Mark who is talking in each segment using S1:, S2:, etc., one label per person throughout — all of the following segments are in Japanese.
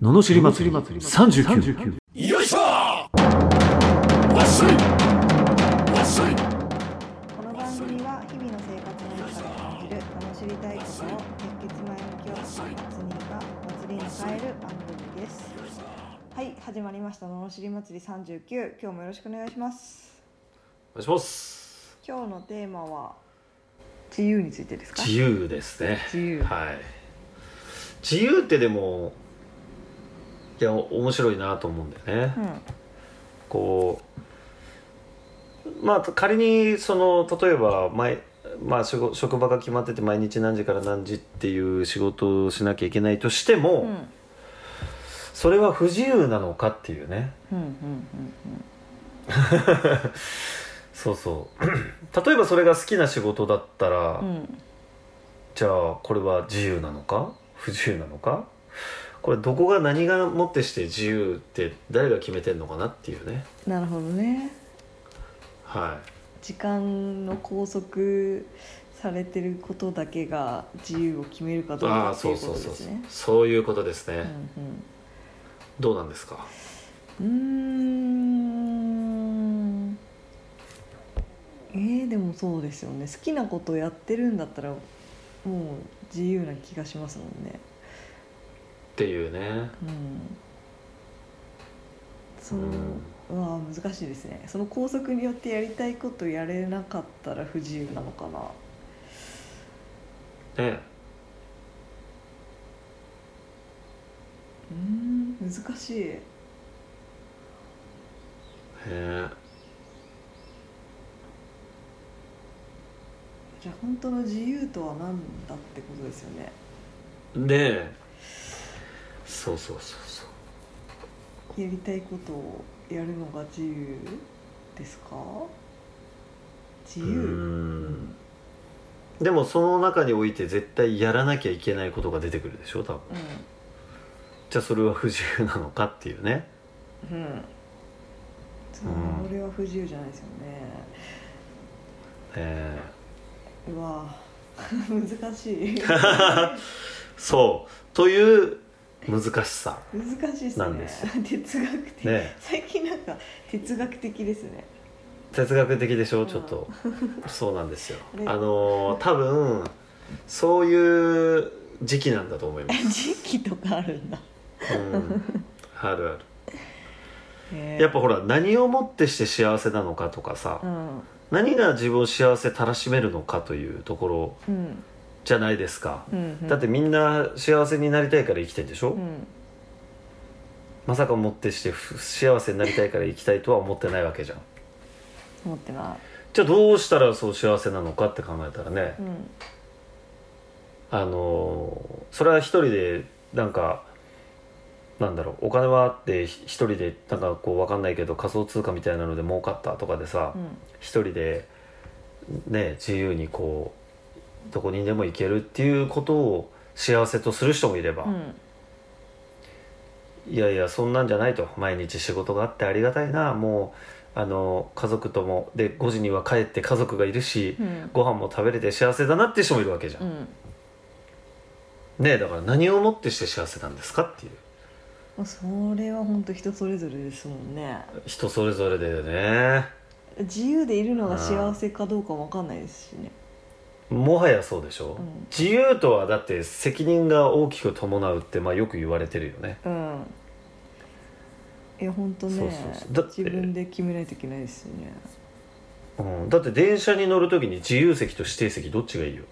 S1: ののしり祭り39
S2: よいしょわっしょいわっしょい
S3: この番組は日々の生活の中で感じる知りたいことを熱血前向きをスニーカー祭りに変える番組ですはい始まりました「ののしり祭り39」今日もよろしくお願いします
S2: お願いします
S3: 今日のテーマは自由についてですか
S2: 自由ですね
S3: 自由
S2: はい自由ってでもいや面白いなと思うんだよね、
S3: うん
S2: こうまあ仮にその例えば前、まあ、職職場が決まってて毎日何時から何時っていう仕事をしなきゃいけないとしても、
S3: うん
S2: それは不自由なのかっていうね
S3: うんうん
S2: そうそう 例えばそれが好きな仕事だったら、
S3: うんうん
S2: じゃあこれは自由なのか不自由なのかこれどこが何がもってして自由って誰が決めてんのかなっていうね
S3: なるほどね
S2: は
S3: 時間の拘束されてることだけが自由を決めるか
S2: い
S3: どう
S2: あ
S3: か
S2: あ
S3: ってい
S2: そう
S3: うこ
S2: そう
S3: とで
S2: そう
S3: す
S2: そう
S3: ね
S2: そういうことですね、
S3: うんうん
S2: どうなんですか
S3: うーんえー、でもそうですよね好きなことやってるんだったらもう自由な気がしますもんね
S2: っていうね
S3: うんそうの
S2: ん
S3: うわー難しいですねその拘束によってやりたいことやれなかったら不自由なのかな
S2: ね
S3: うーん難しい
S2: え
S3: じゃあ本当の自由とは何だってことですよね
S2: でそうそうそうそう
S3: やりたいことをやるのが自由ですか自
S2: う
S3: 由
S2: んでもその中において絶対やらなきゃいけないことが出てくるでしょ多分じゃあそれは不自由なのかっていうね
S3: うんうんそう
S2: うん
S3: これは不自由じゃないですよね
S2: え
S3: うわ 難し い
S2: ーそうという難しさ
S3: 難しいです
S2: なん
S3: ね
S2: です
S3: 哲学的、
S2: ね
S3: 最近なんか哲学的ですね
S2: 哲学的でし
S3: う
S2: ょ
S3: ん
S2: ちょっとそうなん ですよ
S3: ね
S2: あのー多分そういう時期なんだと思います、
S3: 時期とかあるんだ
S2: うん、あるあ
S3: へ
S2: る
S3: ー
S2: やっぱほら何をもってして幸せなのかとかさ
S3: うん
S2: 何が自分を幸せたらしめるのかというところ
S3: うん
S2: じゃないですか
S3: うんうん
S2: だってみんな幸せになりたいから生きてんでしょ、
S3: うん
S2: まさかもってして不幸せになりたいから生きたいとは思ってないわけじゃん
S3: 思ってな
S2: じゃあどうしたらそう幸せなのかって考えたらね
S3: い、うん
S2: あのーそれは一人でなんかなんだろうお金はあってひ一人でなんかこう分かんないけど仮想通貨みたいなので儲かったとかでさ、
S3: うん
S2: 一人でね自由にこうどこにでも行けるっていうことを幸せとする人もいれば、
S3: うん
S2: いやいやそんなんじゃないと毎日仕事があってありがたいなもうあの家族ともで5時には帰って家族がいるし、
S3: うん
S2: ご飯も食べれて幸せだなって人もいるわけじゃん、
S3: うん
S2: ねえだから何をもってして幸せなんですかっていう
S3: まあそれは本当人それぞれですもんね
S2: 人それぞれだよね
S3: 自由でいるのが幸せかどうかわかんないですしね
S2: もはやそうでしょ、
S3: うん
S2: 自由とはだって責任が大きく伴うってまあよく言われてるよね
S3: うんいや本当ね
S2: そうそうそうだって
S3: 自分で決めないといけないですよね
S2: うん、だって電車に乗る時に自由席と指定席どっちがいいよ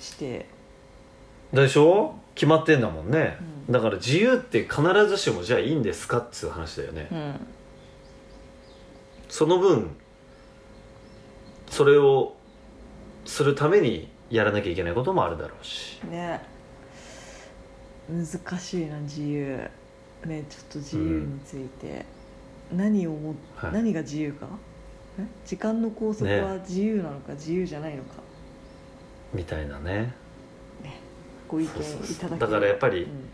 S3: して
S2: でしょ決まってんだもんね、
S3: うん
S2: だから自由って必ずしもじゃあいいんですかっつう話だよね、
S3: うん
S2: その分それをするためにやらなきゃいけないこともあるだろうし
S3: ね難しいな自由ねちょっと自由について、何をも、
S2: はい
S3: 何が自由かえ時間の拘束
S2: ね
S3: は自由なのか自由じゃないのか
S2: みたいなね
S3: ご意見い
S2: そうそうそう
S3: ただければ
S2: だからやっぱり
S3: うん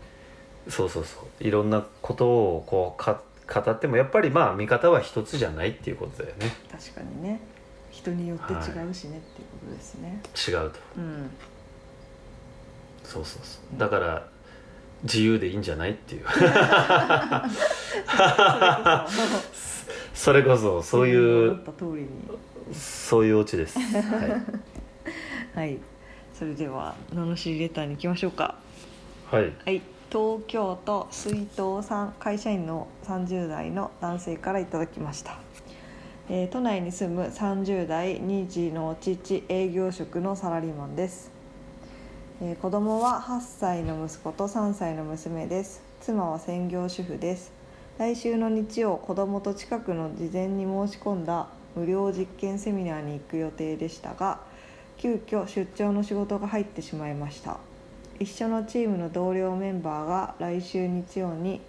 S2: そうそうそういろんなことをこうか語ってもやっぱりまあ見方は一つじゃないっていうことだよね
S3: 確かにね人によって違うしね、っていうことですね
S2: 違うと
S3: うん
S2: そうそうそうだから自由でいいんじゃないっていう
S3: それこ
S2: それこそ
S3: そ
S2: そうい
S3: 思っ
S2: う
S3: た通りに
S2: そういうオチです、は
S3: はいそれでは罵りレターに行きましょうか
S2: い、はい、
S3: はい東京都水筒さん会社員の30代の男性からいただきました、えー都内に住む30代2児の父営業職のサラリーマンです、えー子供は8歳の息子と3歳の娘です妻は専業主婦です来週の日曜子供と近くの事前に申し込んだ無料実験セミナーに行く予定でしたが急遽出張の仕事が入ってしまいました一緒のチームの同僚メンバーが来週日曜に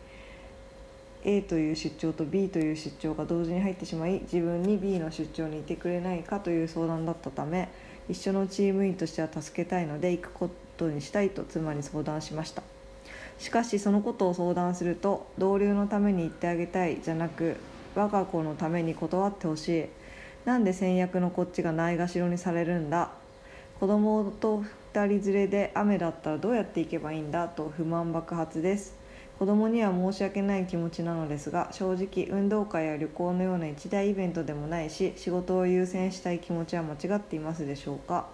S3: A という出張と B という出張が同時に入ってしまい自分に B の出張にいてくれないかという相談だったため一緒のチーム員としては助けたいので行くことにしたいと妻に相談しましたしかしそのことを相談すると同僚のために言ってあげたいじゃなく我が子のために断ってほしいなんで先約のこっちがないがしろにされるんだ子供と2人連れで雨だったらどうやって行けばいいんだと不満爆発です子供には申し訳ない気持ちなのですが正直運動会や旅行のような一大イベントでもないし仕事を優先したい気持ちは間違っていますでしょうか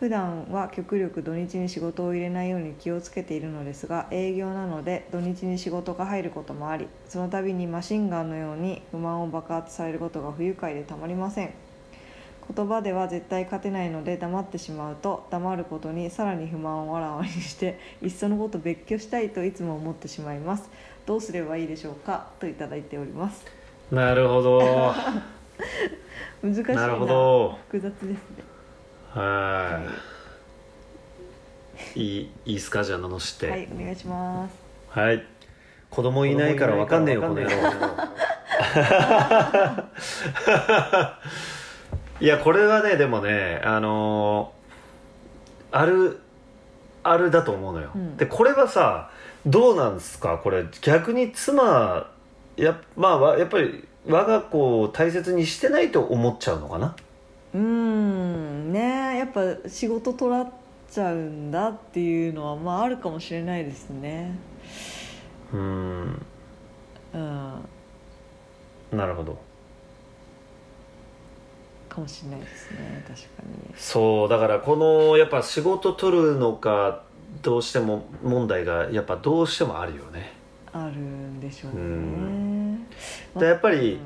S3: 普段は極力土日に仕事を入れないように気をつけているのですが営業なので土日に仕事が入ることもありその度にマシンガンのように不満を爆発されることが不愉快でたまりません言葉では絶対勝てないので黙ってしまうと黙ることにさらに不満をあらわにしていっそのこと別居したいといつも思ってしまいますどうすればいいでしょうかといただいております
S2: なるほ ど
S3: 難しいな
S2: なるほど
S3: 複雑ですね
S2: はいいいいいっすかじゃあのし
S3: は
S2: て
S3: いお願いします
S2: はい、子供いないからわかんねえよこの野郎いやこれはねでもねあのーあるあるだと思うのよ、
S3: うん
S2: でこれはさどうなんですかこれ逆に妻や,、まあわ、やっぱり我が子を大切にしてないと思っちゃうのかな
S3: うーんねえやっぱ仕事取らっちゃうんだっていうのはまああるかもしれないですね
S2: うーん
S3: うん
S2: なるほど
S3: かもしれないですね確かに
S2: そうだからこのやっぱ仕事取るのかどうしても問題がやっぱどうしてもあるよね
S3: あるんでしょうね
S2: うんでやっぱり
S3: うん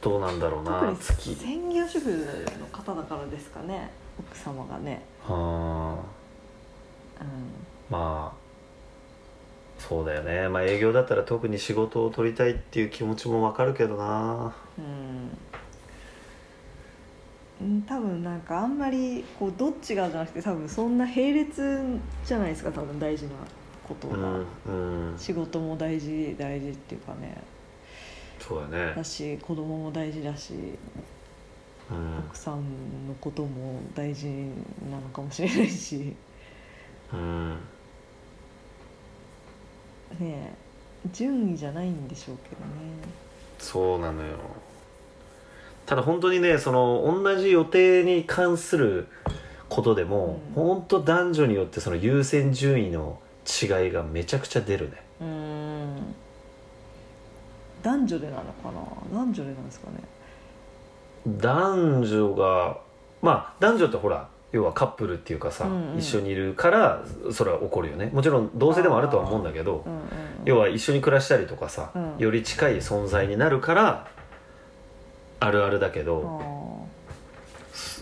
S2: どうなんだろう
S3: 特
S2: な
S3: に
S2: 月
S3: 専業主婦の方だからですかね奥様がね、
S2: あ
S3: う
S2: ーまあそうだよねまあ営業だったら特に仕事を取りたいっていう気持ちもわかるけどなん
S3: うん、うん、多分なんかあんまりこうどっちがじゃなくて多分そんな並列じゃないですか多分大事なこと
S2: う
S3: が、
S2: ん、うん、
S3: 仕事も大事大事っていうかね
S2: そうだ
S3: だ
S2: ね
S3: し子供も大事だし
S2: うん
S3: 奥さんのことも大事なのかもしれないし
S2: うん
S3: ねえ順位じゃないんでしょうけどね
S2: そうなのよただ本当にねその同じ予定に関することでも、
S3: うん
S2: 本当男女によってその優先順位の違いがめちゃくちゃ出るね
S3: うーん男女でなのかな男女でなんですかね
S2: 男女がまあ男女ってほら要はカップルっていうかさ、
S3: うんうん
S2: 一緒にいるからそれは起こるよねもちろん同性でもあるとは思うんだけど
S3: うんうんうん
S2: 要は一緒に暮らしたりとかさ、
S3: うん
S2: より近い存在になるからあるあるだけ
S3: あ
S2: ど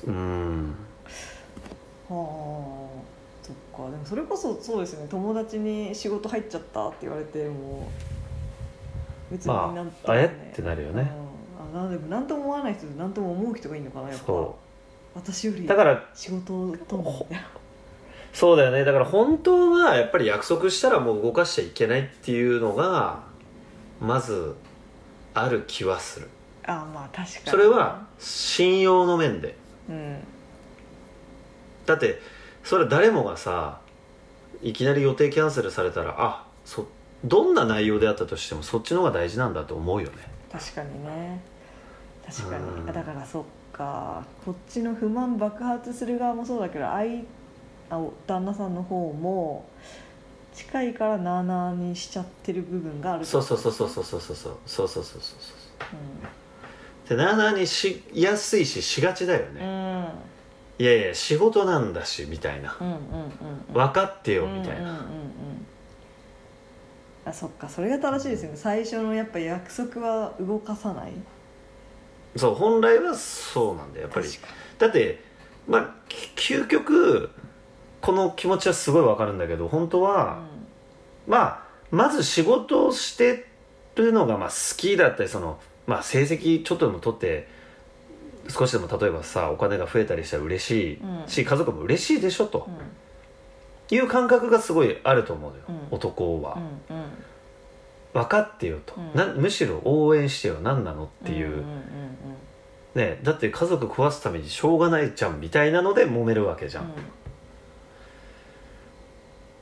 S2: うん
S3: ーはあそっかでもそれこそそうですよね友達に仕事入っちゃったって言われても別に
S2: ま
S3: なんと
S2: あ
S3: も
S2: あ
S3: ね
S2: えってなるよね、
S3: うんあなんでも何とも思わない人と何とも思う人がいいのかなやっぱ
S2: そ
S3: 私よ
S2: う
S3: り
S2: だから
S3: 仕事と も
S2: そうだよねだから本当はやっぱり約束したらもう動かしちゃいけないっていうのがまずある気はする
S3: あまあ確かに
S2: それは信用の面で
S3: うん
S2: だってそれは誰もがさいきなり予定キャンセルされたらあそどんな内容であったとしてもそっちの方が大事なんだと思うよね
S3: 確かにね確か
S2: うん
S3: にあだからそっかこっちの不満爆発する側もそうだけど相あお旦那さんの方も近いからなあなあにしちゃってる部分がある
S2: そうそうそうそう
S3: う、
S2: そうそうそうそうそうそうそうそうで
S3: う
S2: なあなあにしやすいししがちだよ
S3: ん、う
S2: ね、
S3: ん
S2: いやいや仕事なんだしみたいな
S3: うんうんうん
S2: 分かってよ
S3: うん
S2: みたいな、
S3: うんうんうんうんあそっかそれが正しいですよね最初のやっぱ約束は動かさない
S2: そう本来はそうなんだよやっぱり
S3: 確か
S2: だってまあき究極この気持ちはすごい分かるんだけど本当は、まあ、まず仕事をしてるのがまあ好きだったりその、まあ、成績ちょっとでも取って少しでも例えばさお金が増えたりしたら嬉しい
S3: うん
S2: し、家族も嬉しいでしょと
S3: うん
S2: いう感覚がすごいあると思うのよ、
S3: うん
S2: 男は、
S3: うんうん
S2: 分かってよと、
S3: うん
S2: なむしろ応援してよ何なのっていう、
S3: んんん
S2: ね、だって家族壊すためにしょうがないじゃんみたいなので揉めるわけじゃん、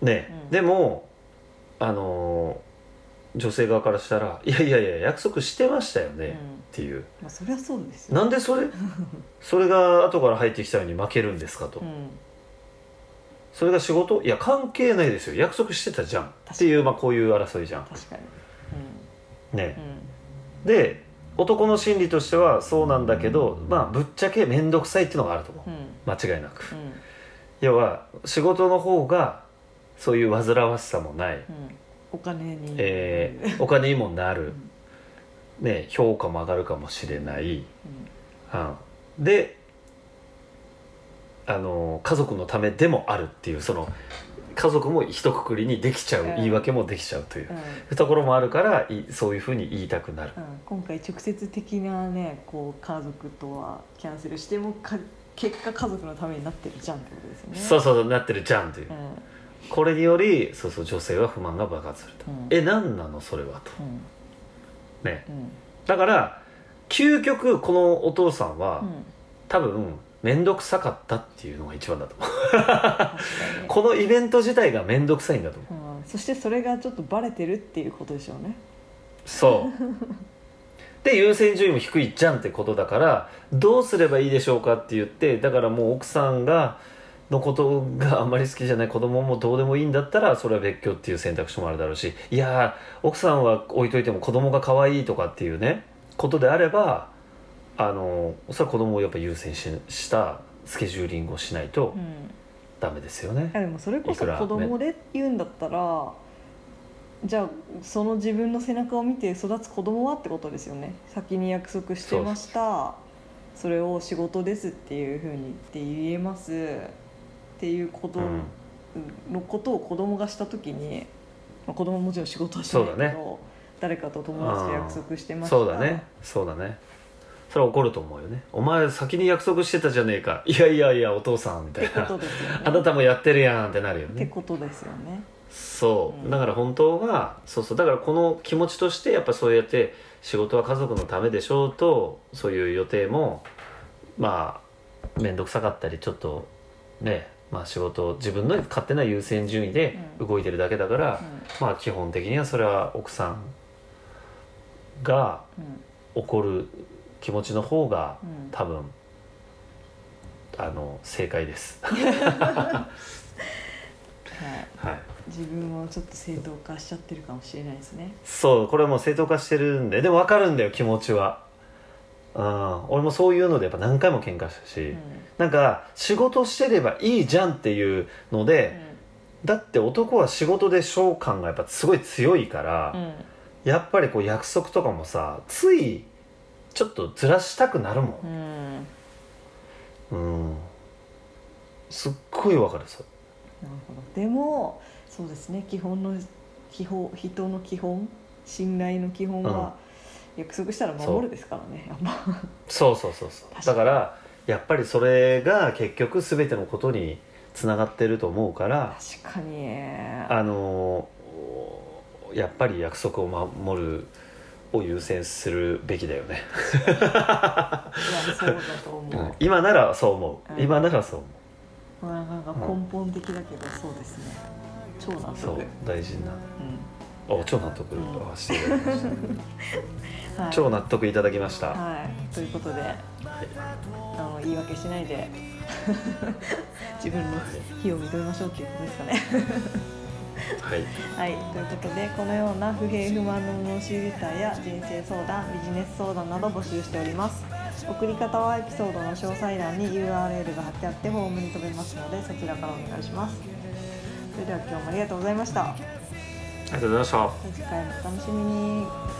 S2: ね、
S3: うん
S2: でもあのー女性側からしたら「いやいやいや約束してましたよね」
S3: うんう
S2: っ
S3: ん
S2: ていう
S3: まあそりゃそうですよ
S2: なんでそ れそれが後から入ってきたのに負けるんですかと、
S3: うん
S2: それが仕事いや関係ないですよ約束してたじゃん
S3: かに
S2: っていう、まあ、こういう争いじゃん
S3: 確かに
S2: ね
S3: うんうん
S2: で男の心理としてはそうなんだけど、まあぶっちゃけ面倒くさいっていうのがあると思う
S3: うん
S2: 間違いなく、
S3: うん
S2: 要は仕事の方がそういう煩わしさもない、
S3: うんお金に
S2: えーお金にもなる
S3: ん、
S2: ね、評価も上がるかもしれない、
S3: うん
S2: うん、であの家族のためでもあるっていうその家族も一括りにできちゃう、
S3: うん
S2: 言い訳もできちゃうという
S3: う、ん
S2: ところもあるからいそういうふうに言いたくなる
S3: うん今回直接的なねこう家族とはキャンセルしてもか結果家族のためになってるじゃんってことですよね
S2: そうそうそうなってるじゃんという、
S3: うんうん
S2: これによりそうそう女性は不満が爆発すると、え何なのそれはと
S3: うん
S2: ね
S3: うん
S2: だから究極このお父さんは、
S3: うん
S2: 多分面倒くさかったっていうのが一番だと思う
S3: 確かに
S2: このイベント自体が面倒くさいんだと思う
S3: うんそしてそれがちょっとバレてるっていうことでしょうね
S2: そう で優先順位も低いじゃんってことだからどうすればいいでしょうかって言ってだからもう奥さんがのことがあんまり好きじゃない子供もどうでもいいんだったらそれは別居っていう選択肢もあるだろうしいやー奥さんは置いといても子供が可愛いとかっていうねことであればあのそれは子供をやっぱ優先ししたスケジューリングをしないと
S3: うん
S2: ダメですよね
S3: い、やでもそれこそ
S2: いくらね
S3: 子供で言うんだったらじゃあその自分の背中を見て育つ子供はってことですよね先に約束してましたそれを仕事ですっていうふうに言って言えますっていうこと
S2: うん
S3: のことを子供がした時に、まあ、子供ももちろん仕事はしてないけど、
S2: そうだ
S3: 誰かと友達と約束してました
S2: そうだねそうだねそれは怒ると思うよねお前先に約束してたじゃねえかいやいやいやお父さんみたい
S3: ってこ
S2: な
S3: とですよね
S2: あなたもやってるやんってなるよ
S3: って
S2: ね
S3: ことですよね
S2: そう、
S3: うん
S2: だから本当はそうそうだからこの気持ちとしてやっぱそうやって仕事は家族のためでしょうとそういう予定もまあ面倒くさかったりちょっとねまあ仕事自分の勝手な優先順位で動いてるだけだから、まあ基本的にはそれは奥さんが
S3: うんうん
S2: 怒る気持ちの方が
S3: うん
S2: 多分あの正解です、
S3: はい
S2: はい、
S3: 自分をちょっと正当化しちゃってるかもしれないですね
S2: そうこれはもう正当化してるんででも分かるんだよ気持ちはうん俺もそういうのでやっぱ何回も喧嘩したし、
S3: うん
S2: なんか仕事してればいいじゃんっていうので、だって男は仕事でしょう感がやっぱすごい強いから、
S3: うんうん
S2: やっぱりこう約束とかもさついちょっとずらしたくなるもん
S3: うん
S2: うんすっごいわかるそれ
S3: なるほどでもそうですね基本の基本人の基本信頼の基本は、約束したら守るですからねやっぱ
S2: そうそうそうそう
S3: 確
S2: だ
S3: かに
S2: からやっぱりそれが結局全てのことにつながってると思うから
S3: 確かに
S2: あのーやっぱり約束を守るを優先するべきだよね、
S3: いやそうだと思う、
S2: 今ならそう思う、
S3: うん
S2: 今ならそう思
S3: まあなんか根本的だけどそうですね超納
S2: うそ
S3: 得
S2: う大事な
S3: うん
S2: お超納得をしていただきました
S3: はい、
S2: 超納得いただきました
S3: はい、ということで、あの言い訳しないで 自分の非を認めましょうっていうことですかね。
S2: はい
S3: はい、ということでこのような不平不満の罵り歌や人生相談ビジネス相談など募集しております送り方はエピソードの詳細欄に URL が貼ってあってホームに飛べますのでそちらからお願いしますそれでは今日もありがとうございました
S2: ありがとうございました
S3: 次回もお楽しみに